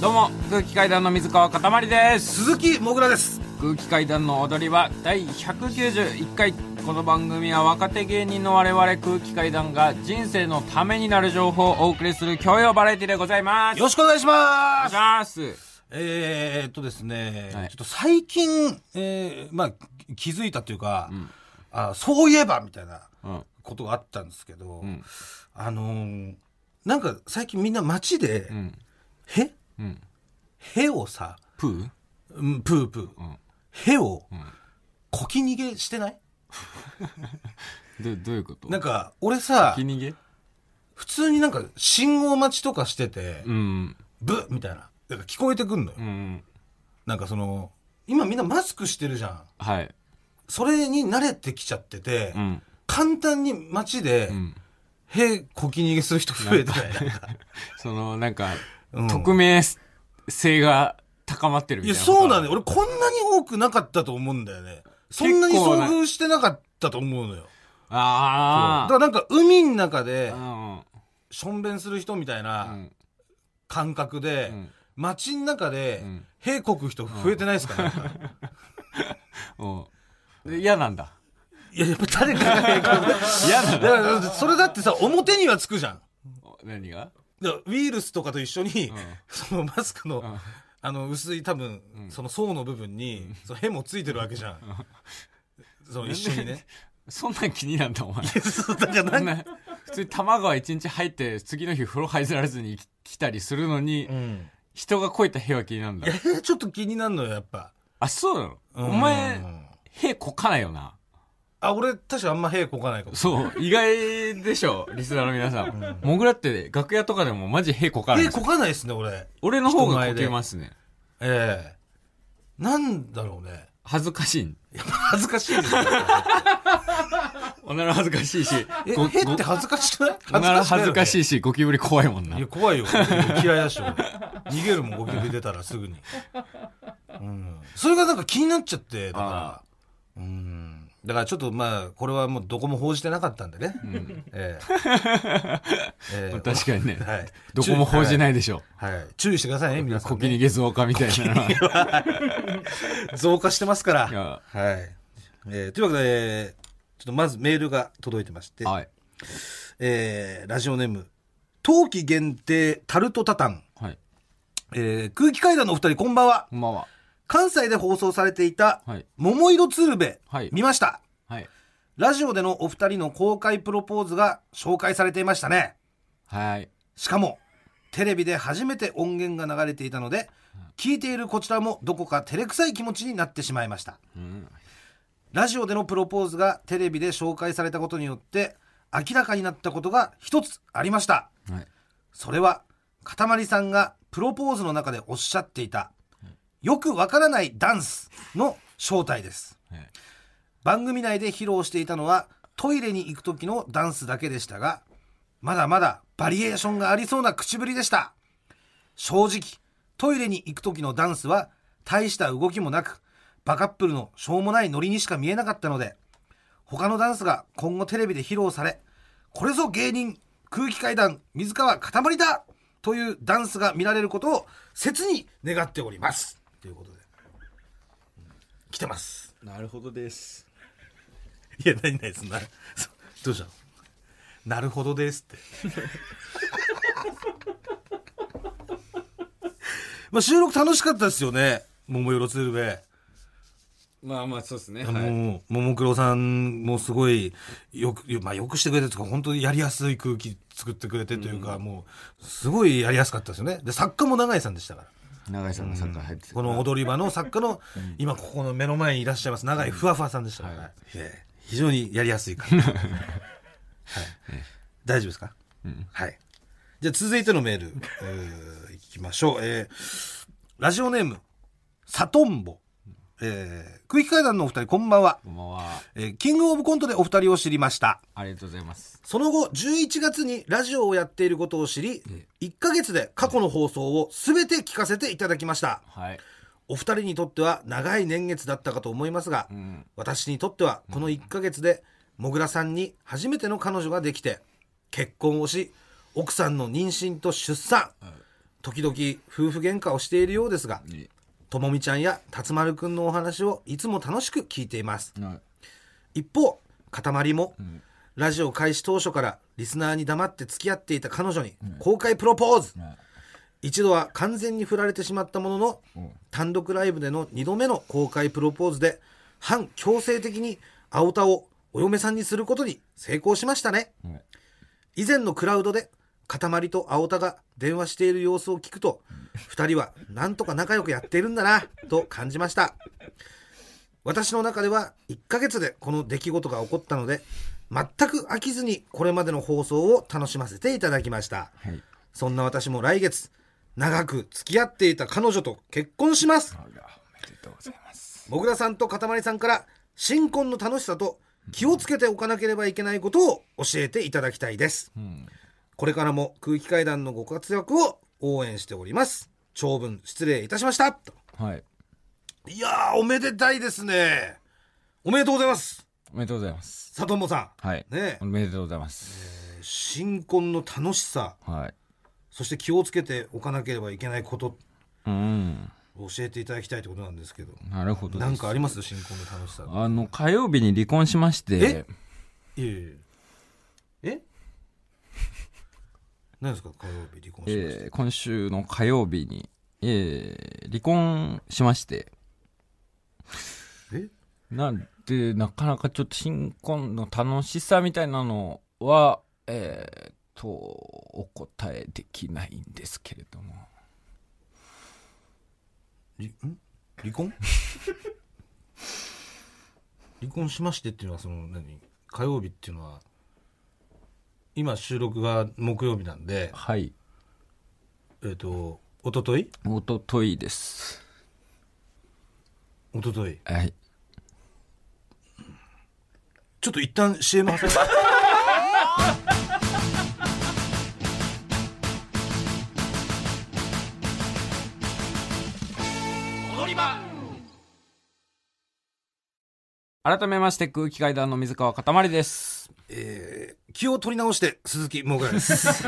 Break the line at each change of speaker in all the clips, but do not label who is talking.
どうも空気階段の水川かたまりです
鈴木もぐらです
空気階段の踊りは第191回この番組は若手芸人の我々空気階段が人生のためになる情報をお送りする教養バラエティでございます
よろしくお願いしま
お願いし
す
ます
えー、っとですね、
はい
ちょっと最近、えー、まあ気づいたというか、あそういえばみたいな
うん
ことがあったんですけど、
ん
あのーなんか最近みんな街で
うん
「へ、
うん
へ」をさ
プー
「うん、プープー」
ん
へ」をこき逃げしてない
どどういうこと
なんか俺さ
気にげ
普通になんか信号待ちとかしてて「
うん
ブ」みたいななんか聞こえてくんのよ、
うん
なんかその今みんなマスクしてるじゃん
はい
それに慣れてきちゃってて、
うん
簡単に街で、
うん
へこき逃げする人増えてない。
そのなんか、
うん
匿名性が高まってるみ
い
たい
や、
な
そうなん
ね
だよ。俺こんなに多くなかったと思うんだよね。そんなに
結構
遭
な
遇してなかったと思うのよ。だ
あ
からなんか海の中で
あ、
しょんべんする人みたい
うんう
なん感覚
う
で、
ん
街の中で
うん、
へこく人増えてないですかね。
うんで嫌なんだ
いや、やっぱ誰かがへこく。
嫌なん
だか
だ
らそれだってさ、表にはつくじゃん。
何が
だからウイルスとかと一緒に、
ん
そのマスクの、
ん
あの薄い多分、その層の部分に、そのヘもついてるわけじゃん、その一緒にね
そんなん気 になんだお 前
そうだから
そ
なんんか、
な普通に多摩川一日入って次の日風呂入らずに来たりするのに、
うん、
人がこいた屁は気になんだ
いやちょっと気になるのよやっぱ、
あそうなの、
うん
お前屁こかないよな
あ俺確かあんまへこかないかも
そう意外でしょリスナーの皆さん、もぐらって楽屋とかでもマジ屁こかない
へこかないですね俺
俺の方
人
が
前
こ
で
けますね
ええなんだろうね
恥ずかしい
やっぱ恥ずかしいですよ
おなら恥ずかしいし
え
ご
へって
ご
恥ずかしくない
おなら恥ずか
い
しいしゴキブリ怖いもんな
よねいや怖いよ嫌いだし俺逃げるもんゴキブリ出たらすぐに、うん、それがなんか気になっちゃってだから
あ
うんだからちょっとまあこれはもうどこも報じてなかったんでね、 ええええ
確かにね
はい、、
どこも報じないいでしょ
はいはい注意してくださいね皆さ
こ
ん、
き逃
ね、
げ増加みたいなのは
増加してますから
いや
はい、ええというわけで、ええちょっとまずメールが届いてまして、
はい
ええラジオネーム冬季限定タルトタタン、
はい
ええ空気階段のお二人こんばんは
こんばんは
関西で放送されていた
はい
「桃色鶴瓶」
はい
見ました
はい
ラジオでのお二人の公開プロポーズが紹介されていましたね
はい
しかもテレビで初めて音源が流れていたので聞いているこちらもどこか照れくさい気持ちになってしまいました
うん
ラジオでのプロポーズがテレビで紹介されたことによって明らかになったことが一つありました
はい
それはかたまりさんがプロポーズの中でおっしゃっていたよくわからないダンスの正体です
はい
番組内で披露していたのはトイレに行く時のダンスだけでしたがまだまだバリエーションがありそうな口ぶりでした正直トイレに行く時のダンスは大した動きもなくバカップルのしょうもないノリにしか見えなかったので他のダンスが今後テレビで披露されこれぞ芸人空気階段水川かたまりだというダンスが見られることを切に願っておりますということでうん来てます
なるほどです。
いや、何々すんな。そどうしたのなるほどですって。 まあ収録楽しかったですよね。桃色鶴瓶。
まあまあそうですね
あのももクロさんもすごい、よく、まあよくしてくれてというか、本当にやりやすい空気作ってくれてというか、もう、すごいやりやすかったですよね。で、作家も永井さんでしたから。
永井さんがサッカー入ってた
この踊り場の作家の、今ここの目の前にいらっしゃいます永井ふわふわさんでしたから、ええ非常にやりやすい感じ、はい、大丈夫ですか、はいじゃあ続いてのメール、えーいきましょう、えーラジオネームサトンボ、えー空気階段のお二人こんばんは、
こんばんは
えーキングオブコントでお二人を知りました
ありがとうございます
その後11月にラジオをやっていることを知り1ヶ月で過去の放送を全て聞かせていただきました
はい
お二人にとっては長い年月だったかと思いますが、
うん
私にとってはこの1ヶ月でもぐらさんに初めての彼女ができて結婚をし奥さんの妊娠と出産、時々夫婦喧嘩をしているようですが
い
ともみちゃんや辰丸くんのお話をいつも楽しく聞いています
はい
一方塊も、ラジオ開始当初からリスナーに黙って付き合っていた彼女に公開プロポーズ、
はい
一度は完全に振られてしまったものの、単独ライブでの2度目の公開プロポーズで反強制的に青田をお嫁さんにすることに成功しましたね、
ん
以前のクラウドで塊と青田が電話している様子を聞くと2人はなんとか仲良くやっているんだなと感じました私の中では1ヶ月でこの出来事が起こったので全く飽きずにこれまでの放送を楽しませていただきました、
はい
そんな私も来月、長く付き合っていた彼女と結婚します。
あらおめでとうございます
もぐらさんとかたまりさんから、新婚の楽しさと気をつけておかなければいけないことを教えていただきたいです。
うん
これからも空気階段のご活躍を応援しております。長文失礼いたしました。と
はい
いやー、おめでたいですね。おめでとうございます。
おめでとうございます
佐藤もさん。
はい
ね
おめでとうございます
新婚の楽しさ、
はい
そして気をつけておかなければいけないこと
うん
を教えていただきたいということなんですけど。
なるほどです
なんかあります新婚の楽しさ。
あの火曜日に離婚しまして
いえいえ。え 何ですか火曜日離婚しました。
えー今週の火曜日に、えー離婚しまして
え
なんでなかなかちょっと新婚の楽しさみたいなのはえーっとお答えできないんですけれども
りん離婚 離婚しましてっていうのはその何火曜日っていうのは今収録が木曜日なんで
はい
えっ、と一昨日
おとといです
一昨日
はい
ちょっと一旦 CM 挟みます。
改めまして空気階段の水川かたまりです
えー気を取り直して鈴木もぐらです。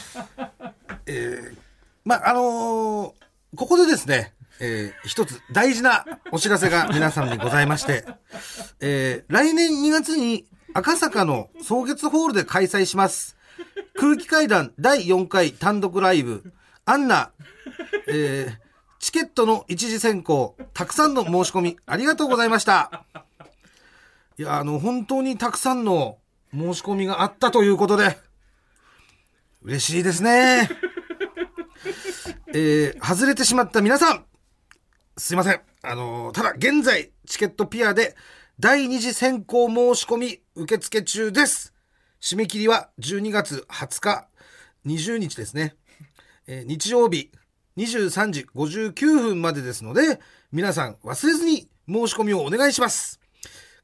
えーまああのーここでですね、えー一つ大事なお知らせが皆さんにございまして、えー来年2月に赤坂の草月ホールで開催します空気階段第4回単独ライブアンナ、えーチケットの一時選考たくさんの申し込みありがとうございました。いや、あの、本当にたくさんの申し込みがあったということで、嬉しいですね。 えー、外れてしまった皆さん、すいません。あの、ただ、現在、チケットピアで、第二次選考申し込み受付中です。締め切りは12月20日、20日ですね。えー日曜日23時59分までですので、皆さん忘れずに申し込みをお願いします。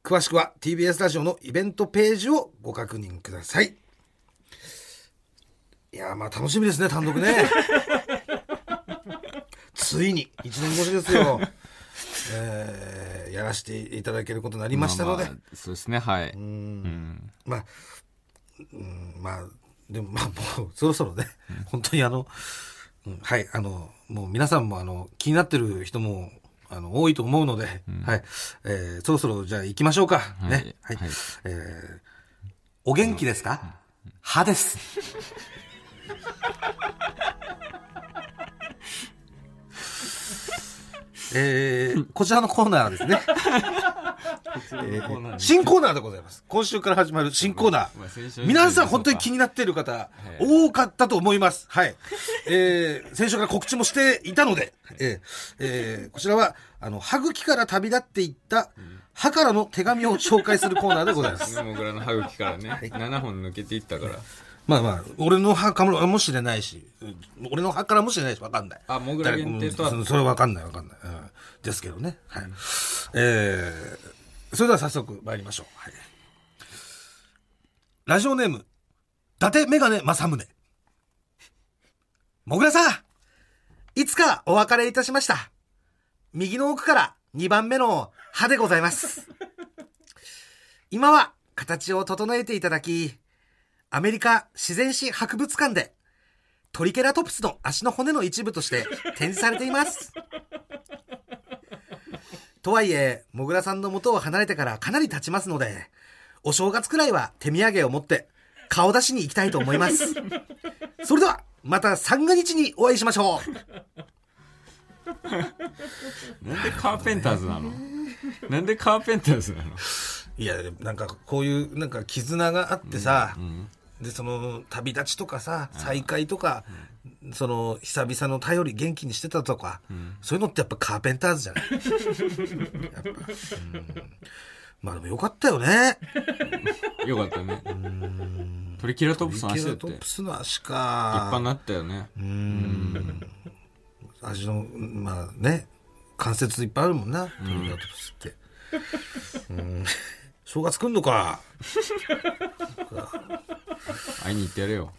詳しくは TBS ラジオのイベントページをご確認くださいいやーまあ楽しみですね単独ね ついに1年越しですよ、えーやらせていただけることになりましたので、
まあまあそうですねはい
まあ、うん、まあ、でもまあもうそろそろね、本当にあの、うんはい、あの、もう皆さんもあの、気になってる人も、あの、多いと思うので、はい、えーそろそろじゃあ行きましょうか。ね。はい。
はい
えーお元気ですか歯です。えーこちらのコーナーはですね、えー新コーナーでございます。今週から始まる新コーナ
まあ先週
ー。皆さん本当に気になっている方、多かったと思います。はい。えー先週から告知もしていたので、えーえーこちらは、あの、歯茎から旅立っていった、歯からの手紙を紹介するコーナーでございます。
もぐらの歯茎からね7本抜けていったから
まあまあ、俺の歯かももしれないし、うん俺の歯からもしれないし、わかんない。
あモグラ限定とは
誰うんそれわかんないわかんない、うんですけどね。はい。えー、それでは早速参りましょう。はい。ラジオネーム、伊達メガネ正宗。もぐらさん、いつかお別れいたしました。右の奥から2番目の歯でございます。今は形を整えていただき、アメリカ自然史博物館でトリケラトプスの足の骨の一部として展示されています。とはいえ、もぐらさんの元を離れてからかなり経ちますので、お正月くらいは手土産を持って顔出しに行きたいと思います。それでは、また三が日にお会いしましょう。
なんでカーペンターズなのなんでカーペンターズなの
いや、なんかこういうなんか絆があってさ、で、その旅立ちとかさ、再会とか、その久々の頼り元気にしてたとか、そういうのってやっぱカーペンターズじゃない やっぱ、うんまあでもよかったよね。
よかったね。トリケラトプスの
ケ
足だ
ラ
って。
ト
立
プスの足か。
派になったよね。
味のまあね関節いっぱいあるもんなトリガートプスって、うん、正月来んのか
会いに行ってやれよ。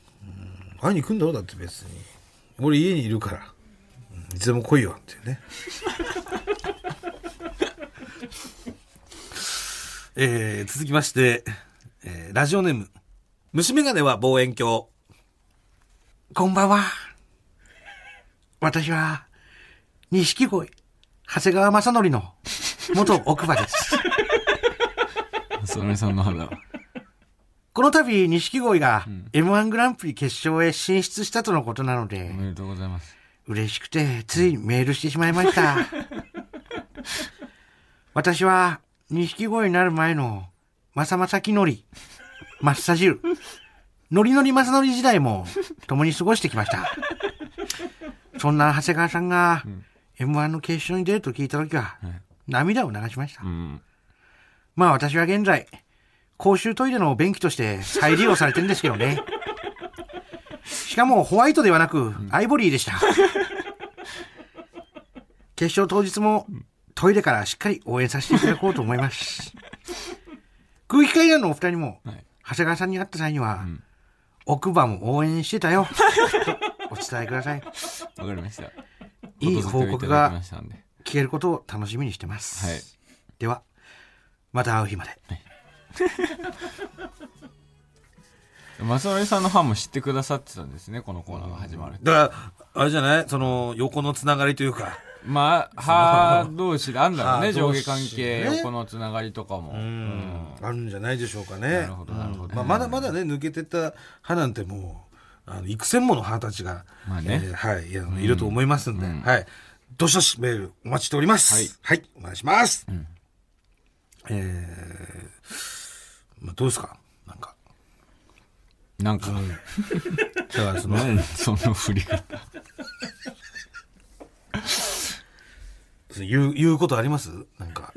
会いに来んだろだって別に俺家にいるからうんいつでも来いよっていうね えー続きまして、えーラジオネーム虫眼鏡は望遠鏡こんばんは私は錦鯉長谷川正則の元奥歯です
それさんの肌。
この度、錦鯉が M1 グランプリ決勝へ進出したとのことなの
お
で、
めでとうございます。
嬉しくてついメールしてしまいま した。私は、錦鯉になる前の、まさまさきのり、マッサジル、のりのりまさのり時代も共に過ごしてきました。そんな長谷川さんが、M1 の決勝に出ると聞いたときは、涙を流しました
う。ん。
まあ私は現在、公衆トイレの便器として再利用されてるんですけど ね。しかもホワイトではなく、アイボリーでした。決勝当日もトイレからしっかり応援させていただこうと思います。空気階段のお二人も、
はい。
長谷川さんに会った際には、奥歯も応援してたよ、と お伝えください。
わかりました。
いい
ご
報告
登場いただき
が
ましたんでは
聞けることを楽しみにしてます。
い。
ではまた会う日まで。
マサルさんのファンも知ってくださってたんですね、このコーナーが始まる。
だから、あれじゃないその、横のつながりというか。
まあ、歯同士であんだろうね、
歯
上
同
下
士
関係、
ね
横のつながりとかも。
うん、あるんじゃないでしょうか
る
ね。
ほどなるほど
うんまあ、まだまだね、抜けてった歯なんてもう、あの、幾千もの歯たちが、
まあね
えーはい、いやいると思いますんで、はい。どしどしメールお待ちしております。
はい
はい、お願いします。えー、まあ、どうですかなんか。
なんか、
だからその、
何 その振り方。
その 言う、言うことありますなんか。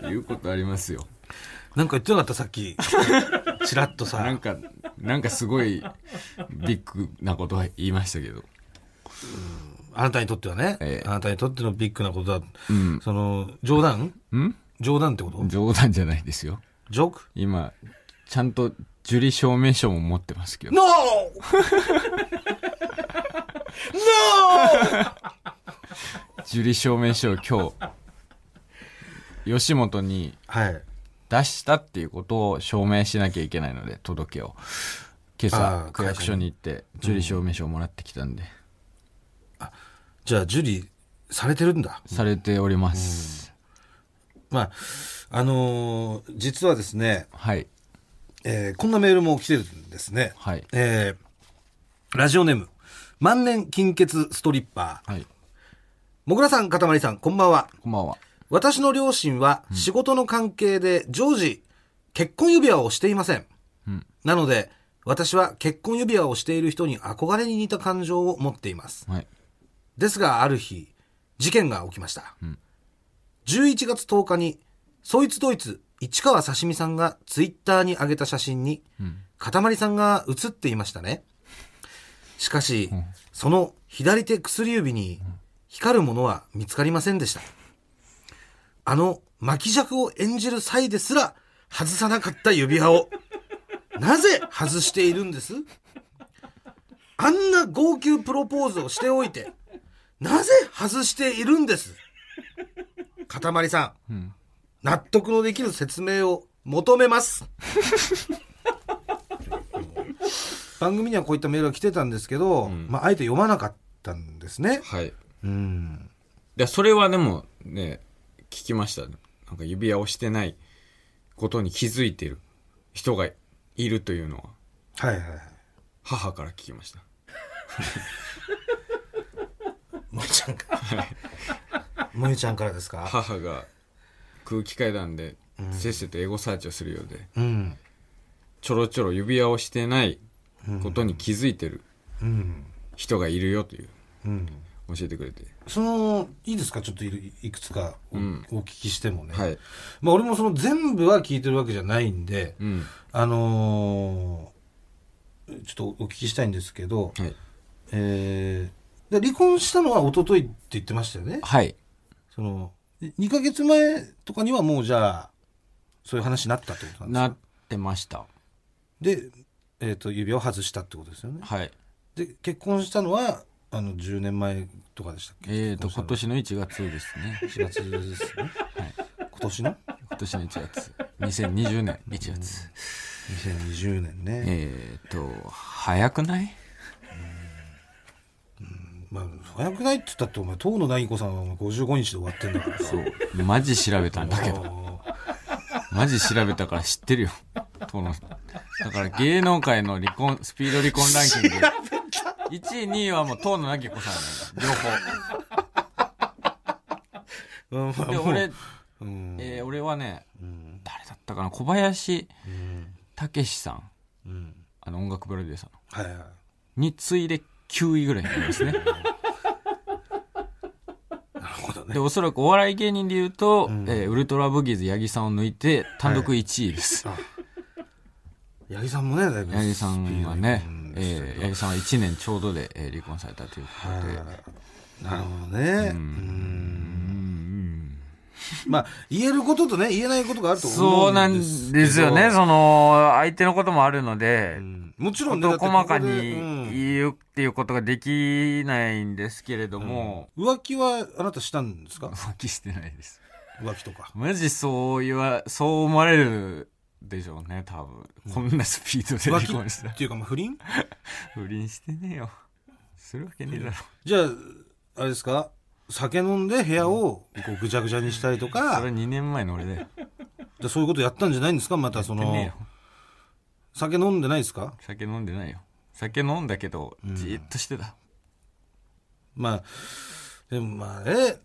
言うことあります よ。
なんか言ってなかったさっき。ちらっとさ。
なんか、なんかすごい、ビッグなことは言いましたけど。
あなたにとってはね、
ええ
あなたにとってのビッグなことだ。その、冗談
ん
冗談ってこと
冗談じゃないですよ。
ジョーク
今、ちゃんと、受理証明書も持ってますけど。
?No! no!
受理証明書を今日、吉本に
はい。
出したっていうことを証明しなきゃいけないので、届けを。今
あ
朝
ー、
区役所に行って、受理証明書をもらってきたんで、
じゃあ、受理されてるんだ。
されております。
まあ、あのー実はですね、
はい。
えーこんなメールも来てるんですね。
はい
えーラジオネーム、万年金欠ストリッパー。
はい。
もぐらさん、かたまりさん、こんばんは。
こんばんは。
私の両親は仕事の関係で常時結婚指輪をしていません、
ん
なので私は結婚指輪をしている人に憧れに似た感情を持っています
はい。
ですがある日事件が起きました、11月10日にそいつドイツ市川刺身さんがツイッターに上げた写真に、かたまりさんが写っていましたねしかし、その左手薬指に光るものは見つかりませんでしたあの巻き尺を演じる際ですら外さなかった指輪をなぜ外しているんですあんな号泣プロポーズをしておいてなぜ外しているんですかたまりさん、納得のでき る説明を求めます番組にはこういったメールが来てたんですけど、
ん
まあ、あえて読まなかったんですね。
はい。
うん。
で、それはでもね、聞きました、ね。なんか指輪をしてないことに気づいてる人がいるというのは、
はいはいはい。
母から聞きました。
萌えちゃんから。萌えちゃんからですか
母が空気階段でせっせとエゴサーチをするようで、
うん。
ちょろちょろ指輪をしてないことに気づいてる
うん。
人がいるよという、
うん。
教えてくれて。
その、いいですかちょっといるいくつかお,、
うん
お聞きしてもね。
はい。
まあ、俺もその全部は聞いてるわけじゃないんで、
うん。
あのーちょっとお聞きしたいんですけど、
はい。
えーで離婚したのは一昨日って言ってましたよね。
はい。
その、2ヶ月前とかにはもうじゃあ、そういう話になったってことな
なんっ
で
てました。
すかで、えっ、と、指輪を外したってことですよね。
はい。
で、結婚したのは、あの、10年前とかでしたっけ
えーと、今
結婚し
年の1月ですね。
たの4月ですね。今年の
今年の1月。2020年1月。
?2020 年ね。
えーと、早くない
まあ、早くないって言ったって、お前、当のナインコさんはお前55日で終わってんだからさ。
そう。マジ調べたんだけど。マジ調べたから知ってるよ。当の。だから芸能界の離婚、スピード離婚ランキング。1位、2位はもう当のなぎこさんなの
うん、ま
両方。
あも
で、
う
俺、
うん。
えー俺はね、
うん。
誰だったかな小林
うん。
武史さん。
うん。
あの音楽プロデューサーの。
はいはい。
に次いで9位ぐらいになりますね。
なるほどね
で、。おそらくお笑い芸人で言うと、
ん
えーウルトラブギーズ八木さんを抜いて単独1位です。
あ八木さんもね、だいぶ。
八木さんはね
う、ん
えー、八木さんは1年ちょうどで、えー離婚されたということで。
なるほどね。うん
うん
まあ、言えることとね、言えないことがあると思
そうう
な
なんん
ですけど
ですよね。その、相手のこともあるので
う、んもちろんね、
事細か
だって
に
ここでうん
言うっていうことができないんですけれども、
浮気はあなたしたんですか
浮気してないです。
浮気と か。
マジそう言わ、そう思われるでしょうね、多分。こんなスピードで離婚した
浮気
ら
っ。ていうか、まあ、不倫
不倫してねえよ。するわけねえだろ。
じゃあ、あれですか酒飲んで部屋をこうぐちゃぐちゃにしたりとか
それ、2年前の俺だよ。
でそういうことやったんじゃないんですかまたそ
やってねえ
の
よ、。
酒飲んでないですか
酒飲んでないよ。酒飲んだけど、じーっとしてた。
まあ、でもまあね、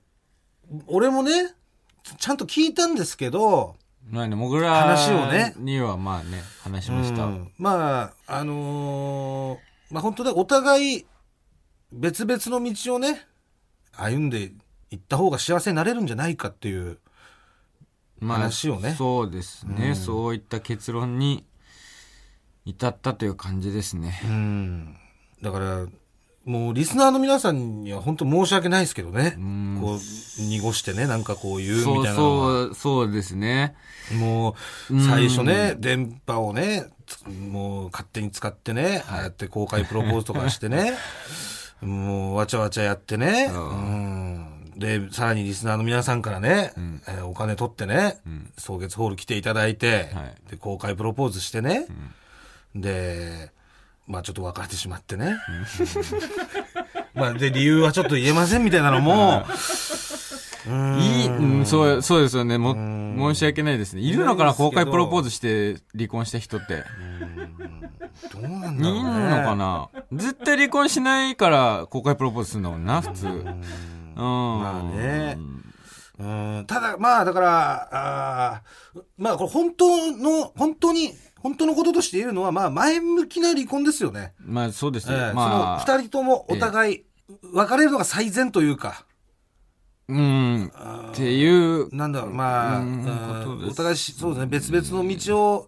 俺もね、ちちゃんと聞いたんですけど、
まあね、もぐら
話をね
にはまあね、話しました。
うんまあ、あのーまあ本当ね、お互い別々の道をね、歩んでいった方が幸せになれるんじゃないかっていう。
まあ、
話をね
そうですね、そういった結論に至ったという感じですね。
うん。だから、もうリスナーの皆さんには本当申し訳ないですけどね。
ん
こう、濁してね、なんかこう言うみたい
そう
なのは
そう、そうですね。
もう、最初ね、電波をね、つもう勝手に使ってね、ああやって公開プロポーズとかし てね、もうわちゃわちゃやってね、うんで、さらにリスナーの皆さんからね、えーお金取ってね、草月ホール来ていただいて、
はい
で、公開プロポーズしてね、で、まあちょっと別れてしまってね。まあで、理由はちょっと言えませんみたいなの も、
いい、うん、そう、そうですよね。も、申し訳ないですね。いるのかな公開プロポーズして離婚した人って。
どうなん
い
だろうね。
んのかな絶対離婚しないから公開プロポーズするんだもんな、普通。うん。
まあ
ま
ね。うん、ただ、まあ、だから、あーまあ、これ本当の、本当に、本当のこととして言えるのは、まあ、前向きな離婚ですよね。
まあそうです
え
よ。
え
まあ。
その二人ともお互い、別れるのが最善というか、
うん。っていう、
なんだろう、まあ、
うん
うん
ことです
お互いし、そうですね、別々の道を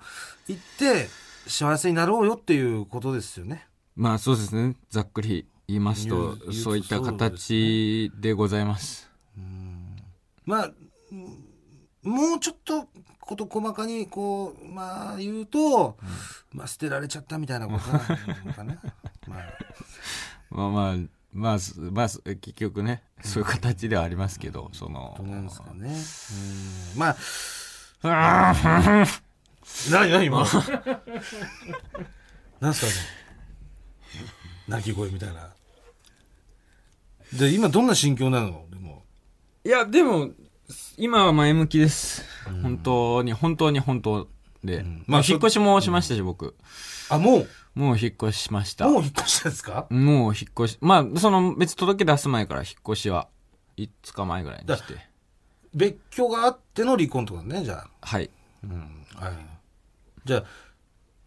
行って、幸せになろうよっていうことですよね。
まあそうですね。ざっくり言います
言う言
と、
うと
そういった
そうです
形でございます。
まあ、うんもうちょっと、こと細かに、こう、まあ、言うと、まあ、捨てられちゃったみたいなことなの かな。まあ
まあまあ、まあ、すまあ、す結局ね、そういう形ではありますけど、その
どう、なんですかね。うんまあ、 何何今。何すかね。泣き声みたいなで今どんな心境なのでも
いや、でも、今は前向きです。本当に、本当に本当で。
ま
ま
あ
あ、引っ越しもしましたし、僕。
あも
もう引っ越ししまし
う
た。
もう
も
引っ越したんですか
う引っ越し。まあ、その、別に届け出す前から引っ越しは、5日前ぐらいにして。
別居があっての離婚とかねじゃあ
はい。
うんはいじゃあ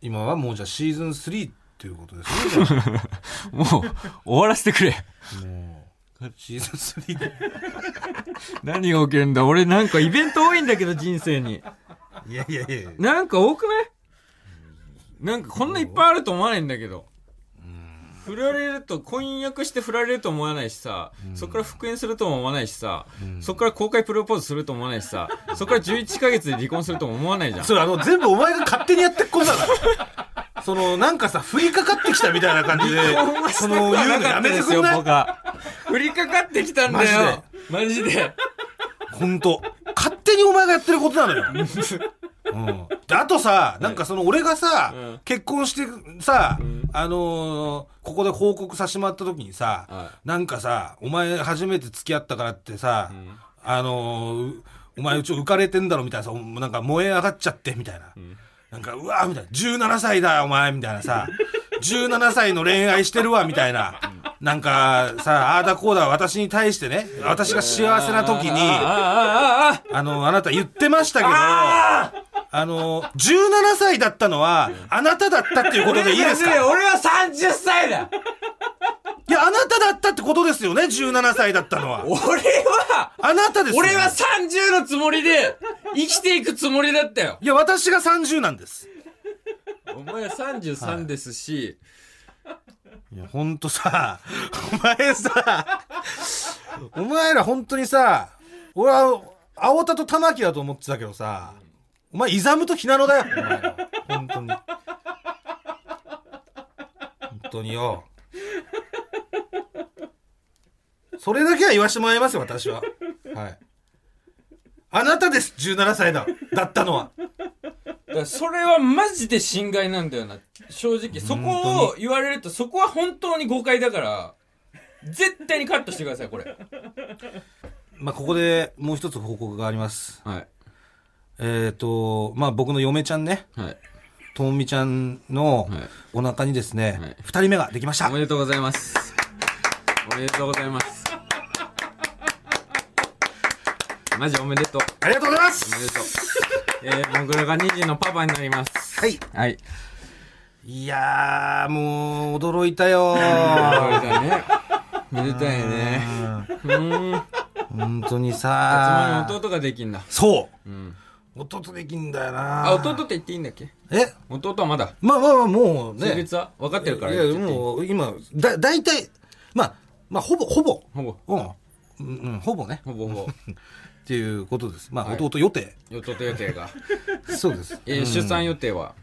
今はもうじゃあシーズン3っていうことです ねじゃ
もう、終わらせてくれ。
あもう シーズン3で
何が起きるんだ俺なんかイベント多いんだけど、人生に。
いやいやいやいや
なんか多くないなんかこんないっぱいあると思わないんだけど。振られると、婚約して振られると思わないしさ、そこから復縁するとも思わないしさ、そこから公開プロポーズするとも思わないしさ、そこから11ヶ月で離婚するとも思わないじゃん。
それあの全部お前が勝手にやってっことだからそのなんかさ降りかかってきたみたいな感じで その言うのやめてくんない
僕は。降りかかってきたんだよ。マジで。
本当勝手にお前がやってることな のよ、うん、であとさなんかその俺がさ、
うん
結婚してさ、あのーここで報告させてもらった時にさ、
は
なんかさお前初めて付き合ったからってさ、あのーうお前うち浮かれてんだろみたいなさおなんか燃え上がっちゃってみたいな、なんかうわーみたいな17歳だお前みたいなさ17歳の恋愛してるわみたいな。なんかさ、ああだこうだ私に対してね、私が幸せな時に、
あ
あの、あなた言ってましたけど、あの、17歳だったのは、あなただったっていうことでいいですか
俺は30歳だ
いや、あなただったってことですよね、17歳だったのは。
俺は
あなたですよね、
俺は30のつもりで生きていくつもりだったよ
いや、私が30なんです。
お前は33ですし、
いや、ほんとさ、お前さ、お前らほんとにさ、俺は、青田と玉木だと思ってたけどさ、お前、イザムとひなのだよ、お前ら。ほんとに。ほんとによ。それだけは言わしてもらいますよ、私は。はい。あなたです、17歳だ、だったのは。
だからそれはマジで侵害なんだよな正直そこを言われるとそこは本当に誤解だから絶対にカットしてくださいこれ
まあ、ここでもう一つ報告があります。
はい
えっ、と、まあ、僕の嫁ちゃんね。
はい
ともみちゃんの
はい
お腹にですね、
はい
二人目ができました
お。めでとうございますおめでとうございますマジおめでとう
ありがとうございま
おめ
す
でとうえー、もぐらが2児のパパになります
はい。
はい
いやー、もう、驚いたよ
おめ
ー。
でたいねめでたいねうん
本当に
つま
さ
り弟ができんだ。
そう、
ん
弟できんだよな
あ、弟って言っていいんだっけ
え
弟はまだ。
まあまあまあ、もうね。
性別は分かってるから
い
言
や、
っ
い
て
や
いい。
もう、今、だ、大体、まあ、まあ、ほぼ、ほぼ、
ほぼ、
うん、うんうん、ほぼね。
ほぼ ほぼ、
っていうことです。まあ、
はい
弟予定。
弟予定が。
そうです。
えー出産予定は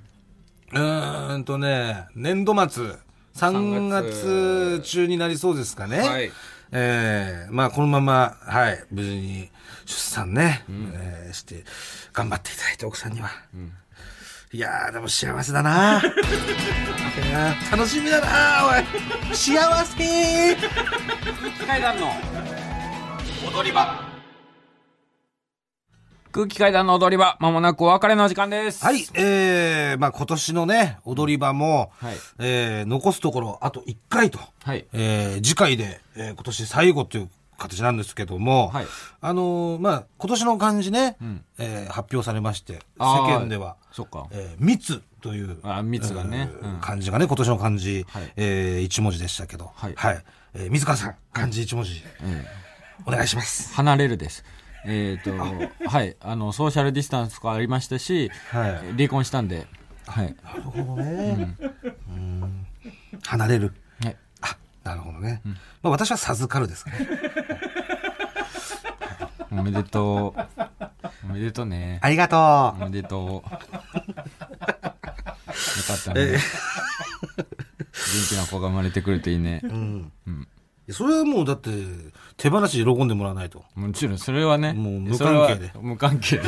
うーんとね、年度末、3月中になりそうですかね。
はい
えーまあこのまま、はい、無事に出産ね、えーして、頑張っていただいて、奥さんには。いやー、でも幸せだないやー楽しみだなおい。幸せ
階段の踊り場空気階段の踊り場、まもなくお別れの時間です。
はい、えー、まあ今年のね、踊り場も、
はい
えー残すところ、あと1回と。
はい。
えー次回で、えー今年最後という形なんですけども、
はい
あのーまあ、今年の漢字ね、
ん
えー発表されまして、世
あー
間では、
そっか。
えー密という、
あ密がね
えー
うん
漢字がね、今年の漢字、
はい
えー一文字でしたけど、
はい
えー水川さん、漢字一文字、お願いします。
離れるです。えっ、と、はい。あの、ソーシャルディスタンスとかありましたし、
はい
離婚したんで、はい。
なるほどね。うん離れる。
はい
あ、なるほどね。まあ、私は授かるですかね。
おめでとう。おめでとうね。
ありがと
お
う。
めでとう。よかったね。元気な子が生まれてくるといいね。
それはもうだって、手放しで喜んでもらわないと。
もちろん、それはね。
もう無関係で
それは無関係で。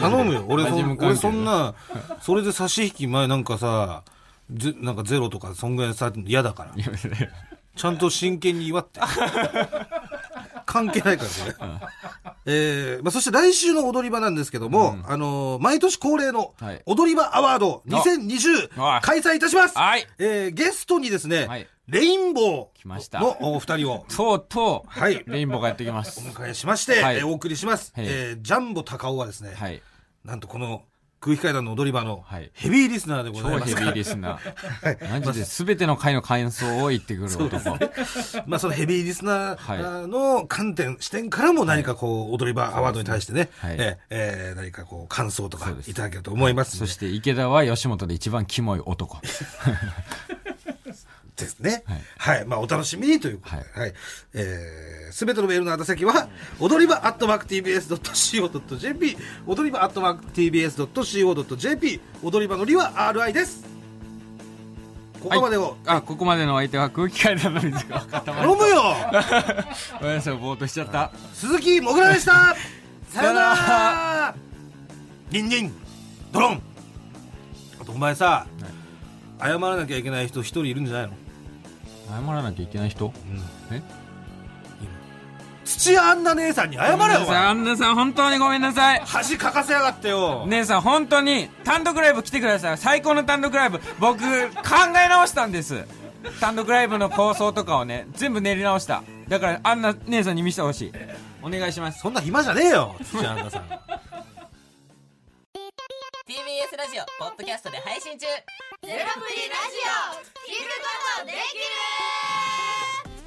頼むよ俺そ
マジ無関係
俺そんなそれで差し引き前なんかさぜなんかゼロとかそんぐらいされてるの嫌だから
いやいやいや
ちゃんと真剣に祝って 関係ないからそれ、えーまあ、そして来週の踊り場なんですけども、あのー毎年恒例の
はい
踊り場アワード2020
あ
開催いたします、
はい
えーゲストにですね、
はい
レインボ
来まし
ー
た
のお二人 を
とうとう、
はい
レインボーがやってきます
お迎えしまして、
はい
えーお送りします、
はい
えージャンボ高尾はですね、
はい
なんとこの空気階段の踊り場の
はい
ヘビーリスナーでご
超
ざい
ヘ
ま
ビー
すから、
リスナーマジで全ての回の感想を言ってくる男
まあそのヘビーリスナ
はい
ーの観点、視点からも何かこう、踊り場アワードに対してね、
はい
えええー何かこう、感想と
そ
か
うです
いただけると思いますん
そ
で
して池田は吉本で一番キモい男
ですね。
はい
はい。まあ、お楽しみにということで。はい。えすべてのメールの宛先は、踊り場アットマーク TBS.CO.JP、踊り場アットマーク TBS.CO.JP、踊り場のりは RI です。ここまでを、
あここまでのお相手は空気階段の水川かたまり
頼むよ
ごめんなさいぼーっとしちゃった
鈴木もぐらでしたさよな
さよ
らニンニンドロンあとお前さ、謝らなきゃいけない人一人いるんじゃないの
謝らなきゃいけない人え
土屋アンナ姉さんに謝れよ
アンナ
お
さん
前
アンナさん本当にごめんなさい
恥かかせやがってよ、
姉さん本当に単独ライブ来てください最高の単独ライブ僕考え直したんです単独ライブの構想とかをね全部練り直しただからあんな姉さんに見せてほしいお願いします
そんな暇じゃねえよ土屋アンナさん
TBS ラジオポッドキャストで配信中
ゼロプリラジオ聞くことでき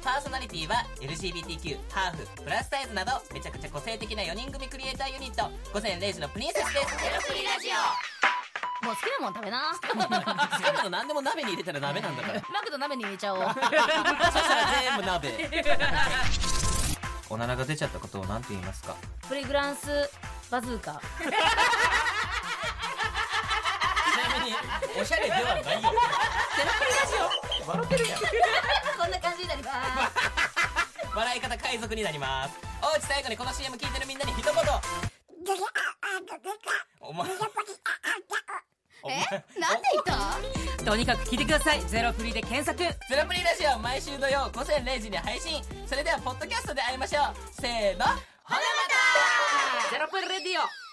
パーソナリティは LGBTQ ハーフプラスサイズなどめちゃくちゃ個性的な4人組クリエイターユニット午前0時のプリンセスですゼロプリラジオ
るもう好きなもん食べな
好きなの何でも鍋に入れたら鍋なんだから
マクド鍋に入れちゃお う
そしたら全部鍋おならが出ちゃったことを何て言いますか
プリグランスバズーカ
ちなみにおしゃれではないよゼロプリラ ジオ笑ってるやん
こんな感じになります
笑い方海賊になりますおうち最後にこの CM 聞いてるみんなに一言お前お前
えなんで言った
とにかく聞いてくださいゼロプリで検索
ゼロプリラジオ毎週土曜午前0時に配信それではポッドキャストで会いましょうせーのほなまた
ゼロプリレディオ